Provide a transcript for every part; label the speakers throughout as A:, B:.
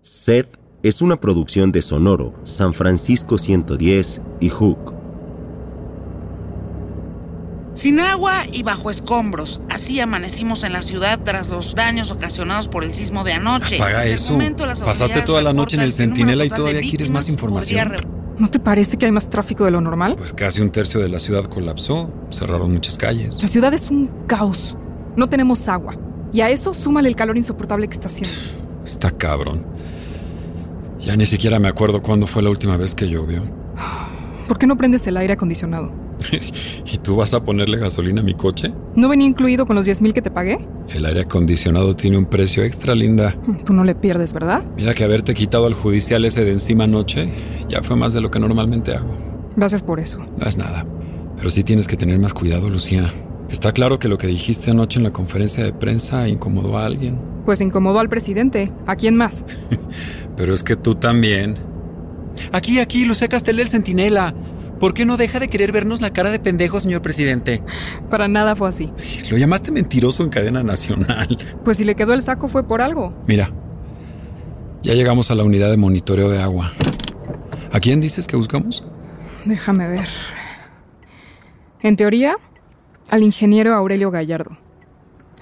A: Sed es una producción de Sonoro, San Francisco 110 y Hook.
B: Sin agua y bajo escombros, así amanecimos en la ciudad tras los daños ocasionados por el sismo de anoche.
C: Apaga
B: En el
C: eso.
B: momento, las
C: Pasaste
B: autoridades
C: toda la noche en el
B: reportan que
C: Centinela
B: número
C: y
B: total de
C: todavía quieres más
B: víctimas
C: información.
B: podría
D: ¿No te parece que hay más tráfico de lo normal?
C: Pues casi un tercio de la ciudad colapsó, cerraron muchas calles.
D: La ciudad es un caos. No tenemos agua. Y a eso súmale el calor insoportable que está haciendo.
C: Está cabrón. Ya ni siquiera me acuerdo cuándo fue la última vez que llovió.
D: ¿Por qué no prendes el aire acondicionado?
C: ¿Y tú vas a ponerle gasolina a mi coche?
D: ¿No venía incluido con los 10 mil que te pagué?
C: El aire acondicionado tiene un precio extra, linda.
D: Tú no le pierdes, ¿verdad?
C: Mira que haberte quitado al judicial ese de encima anoche ya fue más de lo que normalmente hago.
D: Gracias por eso.
C: No es nada. Pero sí tienes que tener más cuidado, Lucía. Está claro que lo que dijiste anoche en la conferencia de prensa incomodó a alguien.
D: Pues incomodó al presidente. ¿A quién más?
C: Pero es que tú también. Aquí, aquí, Lucía Castel del Centinela. ¿Por qué no deja de querer vernos la cara de pendejo, señor presidente?
D: Para nada fue así.
C: Lo llamaste mentiroso en cadena nacional.
D: Pues si le quedó el saco fue por algo.
C: Mira, ya llegamos a la unidad de monitoreo de agua. ¿A quién dices que buscamos?
D: Déjame ver. En teoría, al ingeniero Aurelio Gallardo.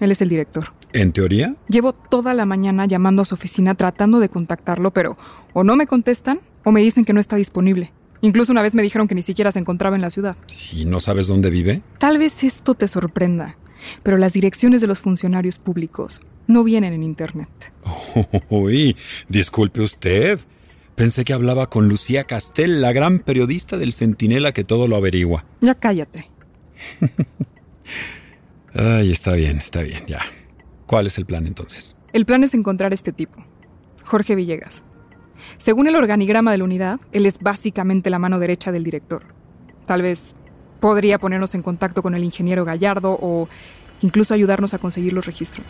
D: Él es el director.
C: En teoría,
D: Llevo toda la mañana llamando a su oficina tratando de contactarlo, pero o no me contestan o me dicen que no está disponible. Incluso una vez me dijeron que ni siquiera se encontraba en la ciudad.
C: ¿y no sabes dónde vive?
D: Tal vez esto te sorprenda, pero las direcciones de los funcionarios públicos no vienen en Internet.
C: Uy, disculpe usted. Pensé que hablaba con Lucía Castel, la gran periodista del Centinela que todo lo averigua.
D: Ya cállate.
C: Ay, está bien, está bien, ya. ¿Cuál es el plan entonces?
D: El plan es encontrar a este tipo, Jorge Villegas. Según el organigrama de la unidad, él es básicamente la mano derecha del director. Tal vez podría ponernos en contacto con el ingeniero Gallardo o incluso ayudarnos a conseguir los registros.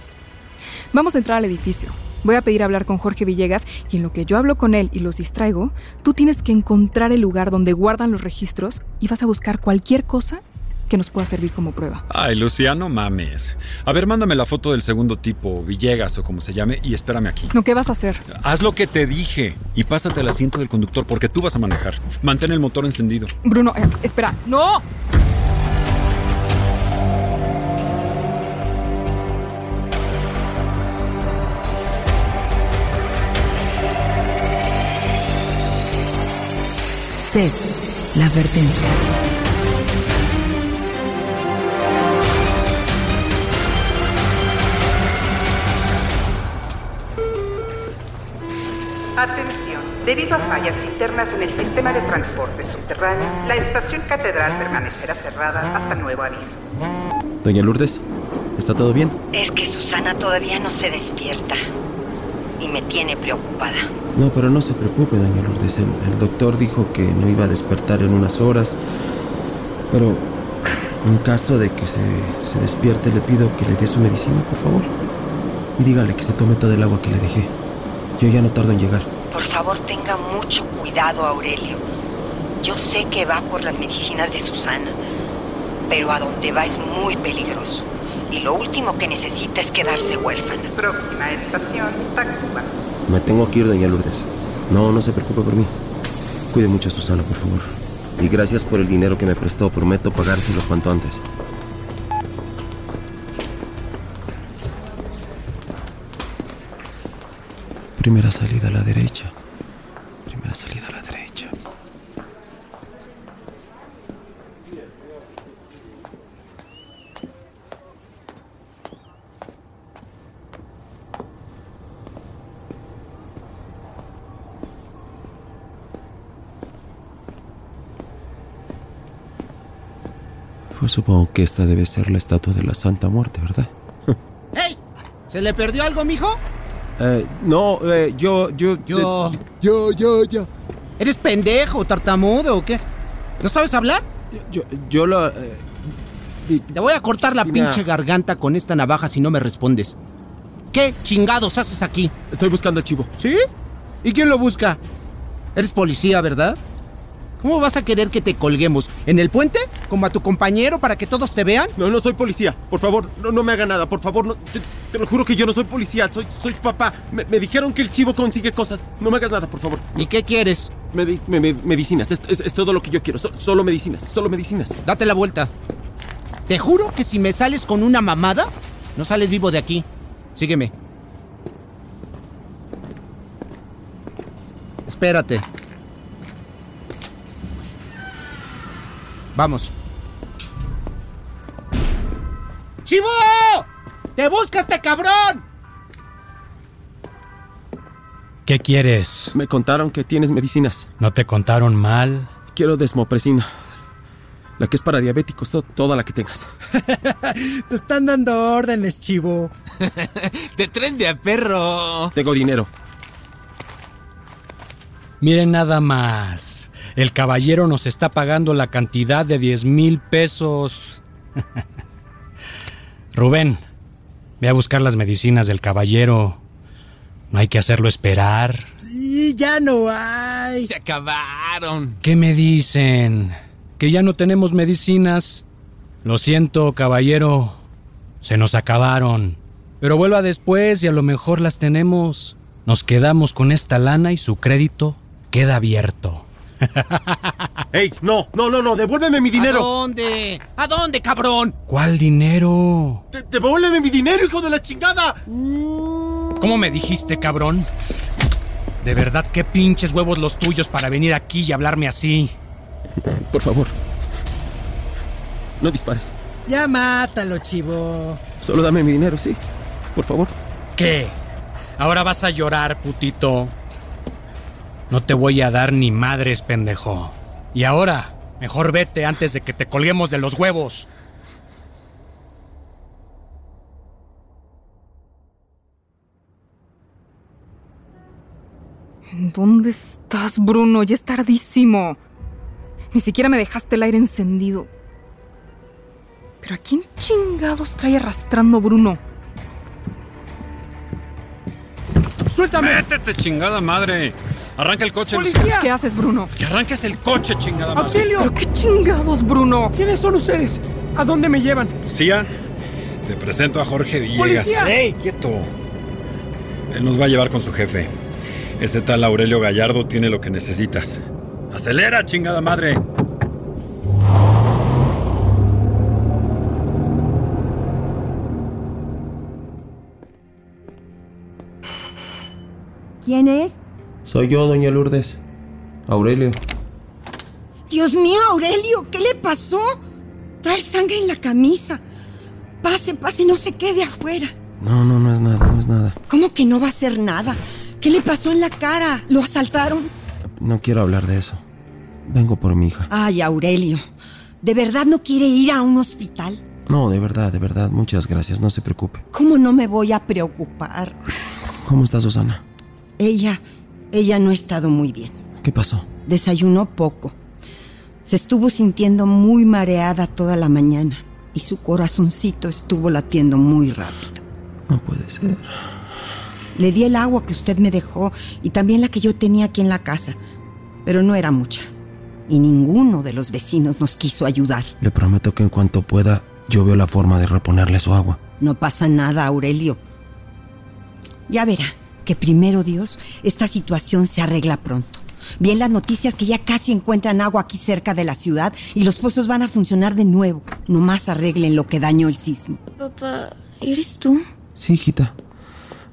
D: Vamos a entrar al edificio. Voy a pedir hablar con Jorge Villegas y en lo que yo hablo con él y los distraigo, tú tienes que encontrar el lugar donde guardan los registros y vas a buscar cualquier cosa que nos pueda servir como prueba.
C: Ay, Lucía, no mames. A ver, mándame la foto del segundo tipo, Villegas o como se llame, y espérame aquí.
D: ¿No qué vas a hacer?
C: Haz lo que te dije y pásate al asiento del conductor porque tú vas a manejar. Mantén el motor encendido.
D: Bruno, eh, espera, no.
E: Sed, la advertencia.
F: Atención. Debido a fallas internas en el sistema de transporte subterráneo, la estación catedral permanecerá cerrada hasta nuevo aviso.
A: Doña Lourdes, ¿está todo bien?
G: Es que Susana todavía no se despierta y me tiene preocupada.
A: No, pero no se preocupe, doña Lourdes. El, el doctor dijo que no iba a despertar en unas horas. Pero en caso de que se, se despierte, le pido que le dé su medicina, por favor. Y dígale que se tome todo el agua que le dejé. Yo ya no tardo en llegar.
G: Por favor, tenga mucho cuidado, Aurelio. Yo sé que va por las medicinas de Susana, pero a donde va es muy peligroso. Y lo último que necesita es quedarse huérfana.
F: Próxima estación, Tacuba.
A: Me tengo que ir, doña Lourdes. No, no se preocupe por mí. Cuide mucho a Susana, por favor. Y gracias por el dinero que me prestó. Prometo pagárselo cuanto antes. Primera salida a la derecha. Primera salida a la derecha. Pues supongo que esta debe ser la estatua de la Santa Muerte, ¿verdad?
H: ¡Ey! ¿Se le perdió algo, mijo?
A: no, eh, yo, yo,
H: Yo, yo, yo, yo. ¿Eres pendejo, tartamudo o qué? ¿No sabes hablar?
A: yo, yo la...
H: Te voy a cortar la
A: Mira.
H: pinche garganta con esta navaja si no me respondes. ¿Qué chingados haces aquí?
A: estoy buscando el chivo.
H: ¿Sí? ¿Y quién lo busca? Eres policía, ¿verdad? ¿Cómo vas a querer que te colguemos? ¿En el puente? ¿Como a tu compañero para que todos te vean?
A: No, no soy policía. Por favor, no, no me haga nada. Por favor, no. Te, Te lo juro que yo no soy policía, soy, soy papá. Me, me dijeron que el chivo consigue cosas. No me hagas nada, por favor.
H: ¿Y qué quieres?
A: Medi- me- me- medicinas, es, es- es todo lo que yo quiero. So- solo medicinas, solo medicinas.
H: Date la vuelta. Te juro que si me sales con una mamada, no sales vivo de aquí. Sígueme. Espérate. Vamos. ¡Chivo! ¡Te busca este cabrón!
I: ¿Qué quieres?
A: Me contaron que tienes medicinas.
I: ¿No te contaron mal?
A: Quiero desmopresina. La que es para diabéticos, to- toda la que tengas.
J: Te están dando órdenes, chivo.
K: ¡Te tren de a perro!
A: Tengo dinero.
I: Miren nada más. El caballero nos está pagando la cantidad de 10 mil pesos. Rubén, ve a buscar las medicinas del caballero. No hay que hacerlo esperar.
J: Y ya no hay.
K: Se acabaron.
I: ¿Qué me dicen? Que ya no tenemos medicinas. Lo siento, caballero. Se nos acabaron. Pero vuelva después y a lo mejor las tenemos. Nos quedamos con esta lana y su crédito queda abierto.
A: ¡Ey! No, no, no, no, devuélveme mi
H: ¿A
A: dinero.
H: dónde? ¿A dónde, cabrón?
I: ¿Cuál dinero?
A: De- devuélveme mi dinero, hijo de la chingada.
I: ¿Cómo me dijiste, cabrón? De verdad, qué pinches huevos los tuyos para venir aquí y hablarme así.
A: Por favor. No dispares.
J: Ya mátalo, chivo.
A: Solo dame mi dinero, sí. Por favor.
I: ¿Qué? Ahora vas a llorar, putito. No te voy a dar ni madres, pendejo. Y ahora, mejor vete antes de que te colguemos de los huevos.
D: ¿En ¿Dónde estás, Bruno? Ya es tardísimo. Ni siquiera me dejaste el aire encendido. ¿Pero a quién chingados trae arrastrando Bruno?
C: ¡Suéltame! ¡Métete, chingada madre! ¡Arranca el coche, Luciano!
D: ¿Qué haces, Bruno?
C: ¡Que arranques el coche, chingada madre!
D: ¿Pero qué chingados, Bruno?
L: ¿Quiénes son ustedes? ¿A dónde me llevan?
C: Lucía, te presento a Jorge Villegas.
L: ¡Policía!
C: ¡Ey, quieto! Él nos va a llevar con su jefe. Este tal Aurelio Gallardo tiene lo que necesitas. ¡Acelera, chingada madre!
E: ¿Quién es?
A: Soy yo, doña Lourdes. Aurelio.
E: Dios mío, Aurelio, ¿qué le pasó? Trae sangre en la camisa. Pase, pase, no se quede afuera.
A: No, no, no es nada, no es nada.
E: ¿Cómo que no va a hacer nada? ¿Qué le pasó en la cara? ¿Lo asaltaron?
A: No quiero hablar de eso. Vengo por mi hija.
E: Ay, Aurelio, ¿de verdad no quiere ir a un hospital?
A: No, de verdad, de verdad. Muchas gracias. No se preocupe.
E: ¿Cómo no me voy a preocupar?
A: ¿Cómo está Susana?
E: Ella, ella no ha estado muy bien.
A: ¿Qué pasó?
E: Desayunó poco. Se estuvo sintiendo muy mareada toda la mañana y su corazoncito estuvo latiendo muy rápido.
A: No puede ser.
E: Le di el agua que usted me dejó y también la que yo tenía aquí en la casa, pero no era mucha. Y ninguno de los vecinos nos quiso ayudar.
A: Le prometo que en cuanto pueda, yo veo la forma de reponerle su agua.
E: No pasa nada, Aurelio. Ya verá que primero Dios, esta situación se arregla pronto. Bien las noticias que ya casi encuentran agua aquí cerca de la ciudad y los pozos van a funcionar de nuevo. Nomás arreglen lo que dañó el sismo.
M: Papá, ¿eres tú?
A: Sí, hijita.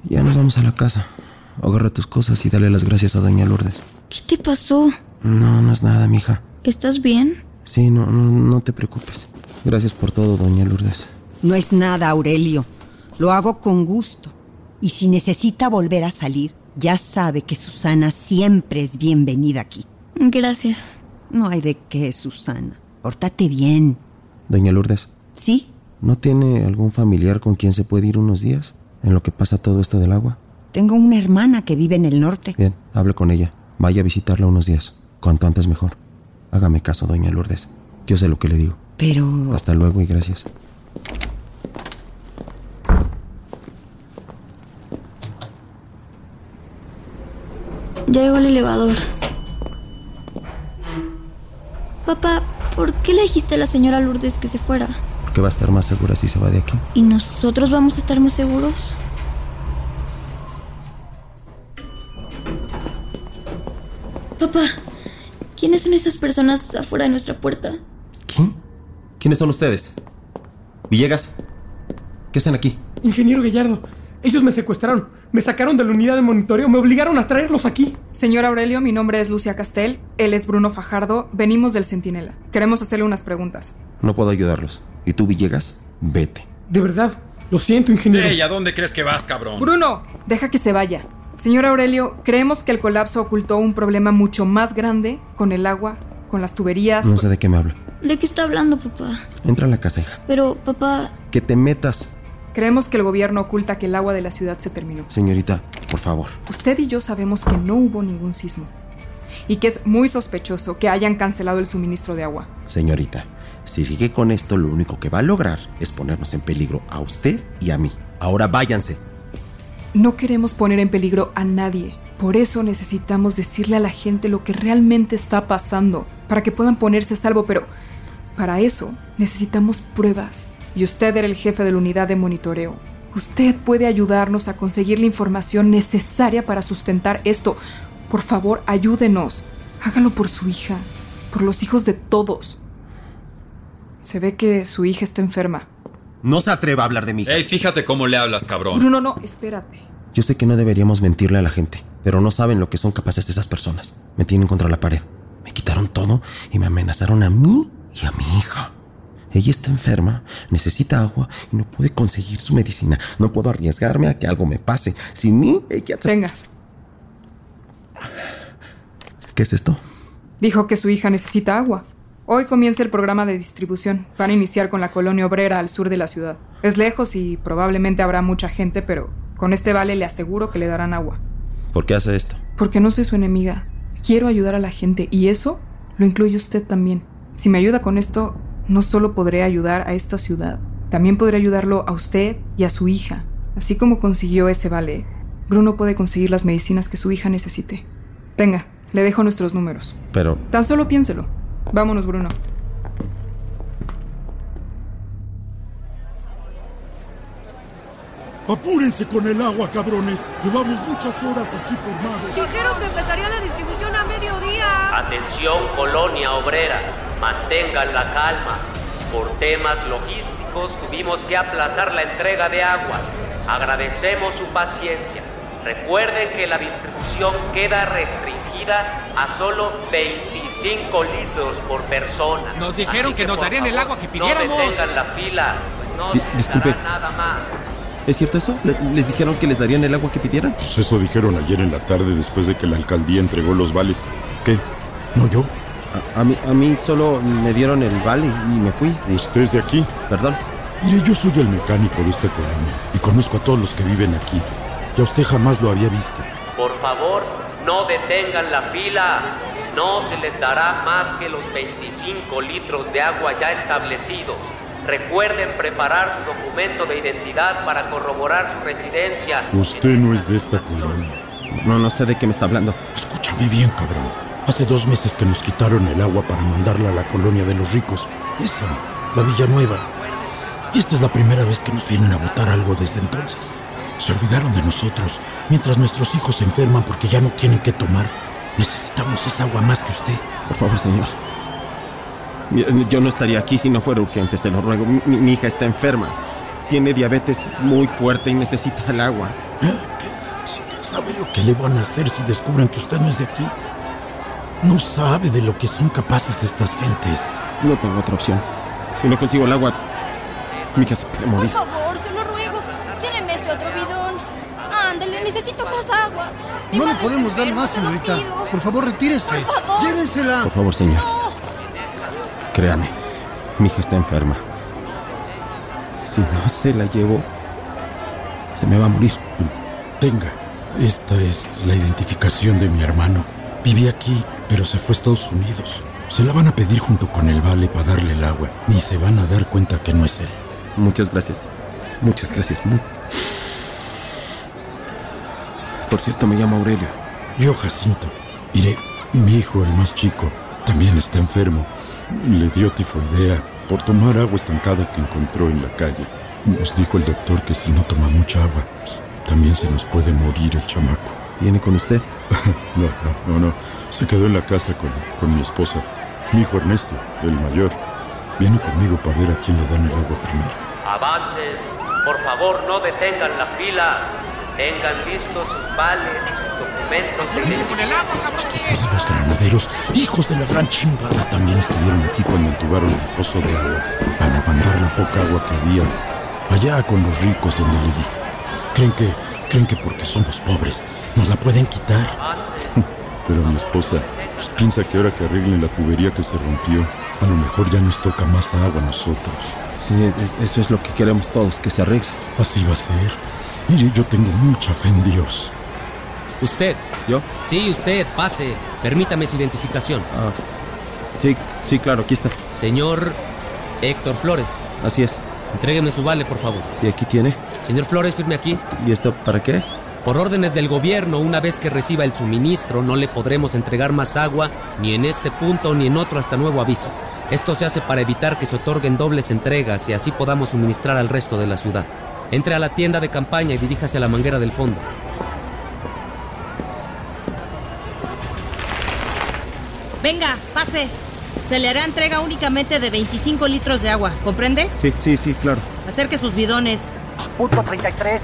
A: Ya nos vamos a la casa. Agarra tus cosas y dale las gracias a doña Lourdes.
M: ¿Qué te pasó?
A: No, no es nada, mija.
M: ¿Estás bien?
A: Sí, no, no, no te preocupes. Gracias por todo, doña Lourdes.
E: No es nada, Aurelio. Lo hago con gusto. Y si necesita volver a salir, ya sabe que Susana siempre es bienvenida aquí.
M: Gracias.
E: No hay de qué, Susana. Pórtate bien.
A: Doña Lourdes,
E: ¿Sí?
A: ¿no tiene algún familiar con quien se puede ir unos días? En lo que pasa todo esto del agua.
E: Tengo una hermana que vive en el norte.
A: Bien, hable con ella. Vaya a visitarla unos días. Cuanto antes mejor. Hágame caso, doña Lourdes. Yo sé lo que le digo.
E: Pero...
A: Hasta luego y gracias.
M: Ya llegó el elevador. Papá, ¿por qué le dijiste a la señora Lourdes que se fuera?
A: que va a estar más segura si se va de aquí.
M: ¿Y nosotros vamos a estar más seguros? Papá, ¿quiénes son esas personas afuera de nuestra puerta?
A: ¿Qué? ¿Quiénes son ustedes? Villegas, ¿qué hacen aquí?
L: Ingeniero Gallardo, ellos me secuestraron, me sacaron de la unidad de monitoreo, me obligaron a traerlos aquí.
D: Señor Aurelio, mi nombre es Lucia Castel, él es Bruno Fajardo, venimos del Centinela. Queremos hacerle unas preguntas.
A: No puedo ayudarlos. ¿Y tú, Villegas? Vete.
L: De verdad, lo siento, ingeniero.
N: Ey, ¿a dónde crees que vas, cabrón?
D: Bruno, deja que se vaya. Señor Aurelio, creemos que el colapso ocultó un problema mucho más grande con el agua, con las tuberías.
A: No sé de qué me habla.
M: ¿De qué está hablando, papá?
A: Entra a la casa, hija.
M: Pero, papá,
A: Que te metas.
D: creemos que el gobierno oculta que el agua de la ciudad se terminó.
A: Señorita, por favor.
D: Usted y yo sabemos que no hubo ningún sismo y que es muy sospechoso que hayan cancelado el suministro de agua.
A: Señorita, si sigue con esto, lo único que va a lograr es ponernos en peligro a usted y a mí. Ahora váyanse.
D: No queremos poner en peligro a nadie. Por eso necesitamos decirle a la gente lo que realmente está pasando, para que puedan ponerse a salvo, pero para eso necesitamos pruebas. Y usted era el jefe de la unidad de monitoreo. Usted puede ayudarnos a conseguir la información necesaria para sustentar esto. Por favor, ayúdenos. Hágalo por su hija, por los hijos de todos. Se ve que su hija está enferma.
A: No se atreva a hablar de mí.
N: Ey, fíjate cómo le hablas, cabrón.
D: Bruno, no, espérate.
A: Yo sé que no deberíamos mentirle a la gente, pero no saben lo que son capaces esas personas. Me tienen contra la pared. Me quitaron todo y me amenazaron a mí y a mi hija. Ella está enferma, necesita agua y no puede conseguir su medicina. No puedo arriesgarme a que algo me pase. Sin mí, ella...
D: Tenga.
A: ¿Qué es esto?
D: Dijo que su hija necesita agua. Hoy comienza el programa de distribución. Van a iniciar con la colonia obrera al sur de la ciudad. Es lejos y probablemente habrá mucha gente, pero con este vale le aseguro que le darán agua.
A: ¿Por qué hace esto?
D: Porque no soy su enemiga. Quiero ayudar a la gente y eso lo incluye usted también. Si me ayuda con esto, no solo podré ayudar a esta ciudad, también podré ayudarlo a usted y a su hija. Así como consiguió ese vale, Bruno puede conseguir las medicinas que su hija necesite. Tenga, le dejo nuestros números.
A: Pero...
D: Tan solo piénselo. Vámonos, Bruno.
O: Apúrense con el agua, cabrones. Llevamos muchas horas aquí formados.
P: Dijeron que empezaría la distribución a mediodía.
Q: Atención colonia obrera, mantengan la calma. Por temas logísticos tuvimos que aplazar la entrega de agua. Agradecemos su paciencia. Recuerden que la distribución queda restringida a solo 25 litros por persona.
K: Nos dijeron que nos
Q: por
K: darían el
Q: favor,
K: agua que
Q: No
K: pidiéramos.
Q: detengan la fila. pues no
A: Di-
Q: se
A: disculpe.
Q: dará nada más.
A: ¿Es cierto eso? ¿Le- ¿Les dijeron que les darían el agua que pidieran?
O: Pues eso dijeron ayer en la tarde después de que la alcaldía entregó los vales. ¿Qué? ¿No yo?
A: A, a mí, a mí solo me dieron el vale y me fui.
O: ¿Usted es de aquí?
A: Perdón.
O: Mire, yo soy el mecánico de esta colonia y conozco a todos los que viven aquí. Ya usted jamás lo había visto.
Q: Por favor, no detengan la fila. No se les dará más que los 25 litros de agua ya establecidos. Recuerden preparar su documento de identidad para corroborar su residencia.
O: Usted no es de esta colonia.
A: No, no sé de qué me está hablando.
O: Escúchame bien, cabrón. Hace dos meses que nos quitaron el agua para mandarla a la colonia de los ricos. Esa, la Villanueva. Y esta es la primera vez que nos vienen a votar algo desde entonces. Se olvidaron de nosotros, mientras nuestros hijos se enferman porque ya no tienen que tomar. Necesitamos esa agua más que usted.
A: Por favor, señor. Mira, Yo no estaría aquí si no fuera urgente, se lo ruego. Mi, mi- mi hija está enferma. Tiene diabetes muy fuerte y necesita el agua.
O: ¿Sabe lo que le van a hacer si descubren que usted no es de aquí? No sabe de lo que son capaces estas gentes.
A: No tengo otra opción. Si no consigo el agua, mi hija se puede
M: Por
A: morir.
M: favor, se lo ruego. Llénenme este otro bidón. Ándale, necesito más agua. Mi
R: No le
M: madre
R: podemos
M: está
R: dar
M: enferma,
R: más,
M: se lo
R: señorita.
M: pido.
R: Por favor, retírese.
M: Por favor.
R: Llévensela.
A: Por favor, señor. Créame, mi hija está enferma. Si no se la llevo, se me va a morir.
O: Tenga, esta es la identificación de mi hermano. Vivía aquí, pero se fue a Estados Unidos. Se la van a pedir junto con el vale para darle el agua. Ni se van a dar cuenta que no es él.
A: Muchas gracias. Muchas gracias. Mu- Por cierto, me llamo Aurelio.
O: Yo, Jacinto. Iré, mi hijo, el más chico, también está enfermo. Le dio tifoidea. por tomar agua estancada que encontró en la calle. Nos dijo el doctor que si no toma mucha agua, pues, también se nos puede morir el chamaco.
A: ¿Viene con usted?
O: no, no, no, no. Se quedó en la casa con, con mi esposa, mi hijo Ernesto, el mayor. Viene conmigo para ver a quién le dan el agua primero.
Q: Avancen, por favor no detengan la fila. Tengan listos sus vales, sus documentos.
O: Estos mismos granaderos, hijos de la gran chingada, también estuvieron aquí cuando entubaron el pozo de agua para mandar la poca agua que había allá con los ricos donde le dije. ¿Creen que, creen que porque somos pobres nos la pueden quitar? Pero mi esposa pues, piensa que ahora que arreglen la tubería que se rompió, a lo mejor ya nos toca más agua a nosotros.
A: Sí, es- eso es lo que queremos todos, que se arregle.
O: Así va a ser. Mire, yo tengo mucha fe en Dios.
R: Usted.
A: ¿Yo?
R: Sí, usted, pase. Permítame su identificación.
A: Ah, sí, sí, claro, aquí está.
R: Señor Héctor Flores.
A: Así es.
R: Entrégueme su vale, por favor.
A: Y aquí tiene.
R: Señor Flores, firme aquí.
A: ¿Y esto para qué es?
R: Por órdenes del gobierno, una vez que reciba el suministro, no le podremos entregar más agua ni en este punto ni en otro hasta nuevo aviso. Esto se hace para evitar que se otorguen dobles entregas y así podamos suministrar al resto de la ciudad. Entre a la tienda de campaña y diríjase a la manguera del fondo.
S: Venga, pase. Se le hará entrega únicamente de 25 litros de agua, ¿comprende?
A: Sí, sí, sí, claro.
S: Acerque sus bidones.
P: Punto 33.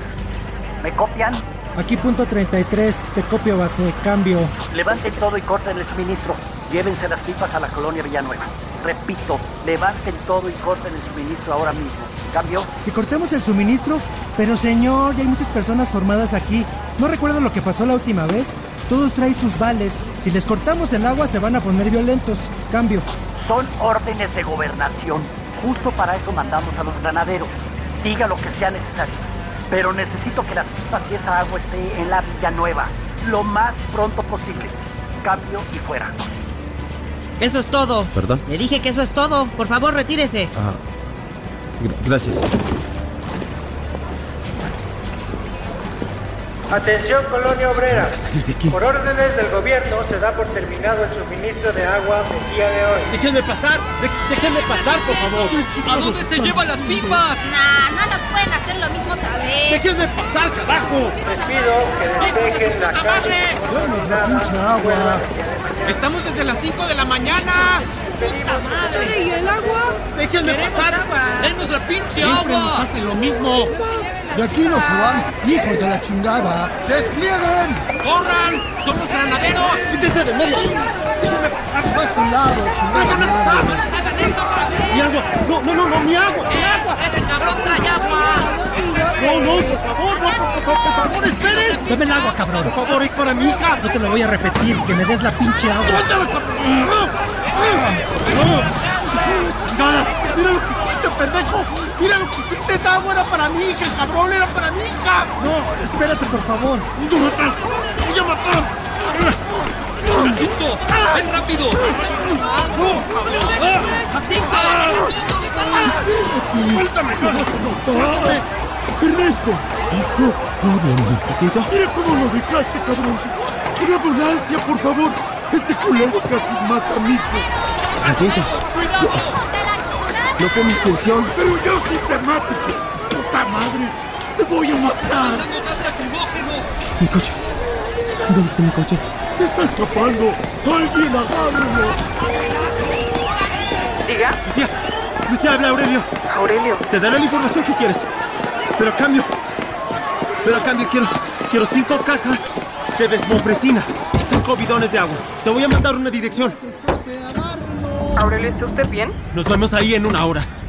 S: ¿Me copian?
J: Aquí punto 33, te copio base, cambio.
T: Levanten todo y corten el suministro. Llévense las pipas a la colonia Villanueva. Repito, levanten todo y corten el suministro ahora mismo. ¿Cambio?
J: ¿Que cortemos el suministro? Pero señor, ya hay muchas personas formadas aquí. ¿No recuerdo lo que pasó la última vez? Todos traen sus vales. Si les cortamos el agua se van a poner violentos. Cambio.
T: Son órdenes de gobernación. Justo para eso mandamos a los granaderos. Diga lo que sea necesario. Pero necesito que las pipas y esa agua esté en la Villanueva. Lo más pronto posible. Cambio y fuera.
S: Eso es todo.
A: ¿Perdón?
S: Le dije que eso es todo. Por favor, retírese.
A: Ah, gra- gracias.
U: Atención colonia obrera. Por órdenes del gobierno se da por terminado el suministro de agua el día de hoy. Déjenme pasar, déjenme pasar, por favor.
R: ¿A dónde se llevan las pipas?
M: Nah, no nos pueden hacer lo mismo otra vez.
U: Déjenme pasar, carajo. Les pido que despejen la calle.
J: agua.
U: Estamos desde las 5 de la mañana.
P: Chale, ¿y el agua?
U: Déjenme pasar. Denos la pinche
P: Siempre nos
U: hacen lo mismo.
J: De aquí nos van, hijos de la chingada.
U: ¡Desplieguen! ¡Corran! ¡Somos granaderos! ¡Quítense de medio! ¡Déjenme pasar! ¡No es tu lado, chingada! ¡Déjenme pasar! ¡Mi agua! ¡No, no, no, no! ¡Mi agua! ¡Mi agua! Eh, ¡Ese cabrón trae agua! ¡No, no! ¡Por favor, no! ¡Por, por- por favor, esperen!
J: Dame el agua, cabrón.
U: ¡Por favor, es para mi hija!
J: No te lo voy a repetir, que me des la pinche agua.
U: ¡Suéltalo, cabrón! ¡No! ¡Chingada! ¡Mira lo que hiciste, pendejo! ¡Mira lo que hiciste! ¡Esa agua era para mi hija, cabrón! ¡Era para mi hija!
J: No, espérate, por favor.
U: ¡Voy a matar! ¡Voy a matar!
R: ¡Jacinto! ¡Ven rápido!
U: ¡Jacinto! ¡Suéltame! ¡Suéltame!
O: Ernesto, hijo, háblame.
A: ¿Jacinto?
O: Mira cómo lo dejaste, cabrón. Una ambulancia, por favor. Este culero casi mata a mi hijo.
A: Jacinto,
U: ¡Cuidado!
A: no fue mi intención.
U: Pero yo sí te mato, hijo de puta madre. ¡Te voy a matar!
A: Mi coche. ¿Dónde está mi coche?
U: ¡Se está escapando! ¡Alguien agárrenlo!
F: Diga.
U: Lucía, Lucía, habla Aurelio.
F: Aurelio.
U: Te daré la información que quieres. Pero a cambio, pero a cambio quiero, quiero cinco cajas de desmopresina y cinco bidones de agua. Te voy a mandar una dirección.
F: Aurelio, ¿está usted bien?
U: Nos vemos ahí en una hora.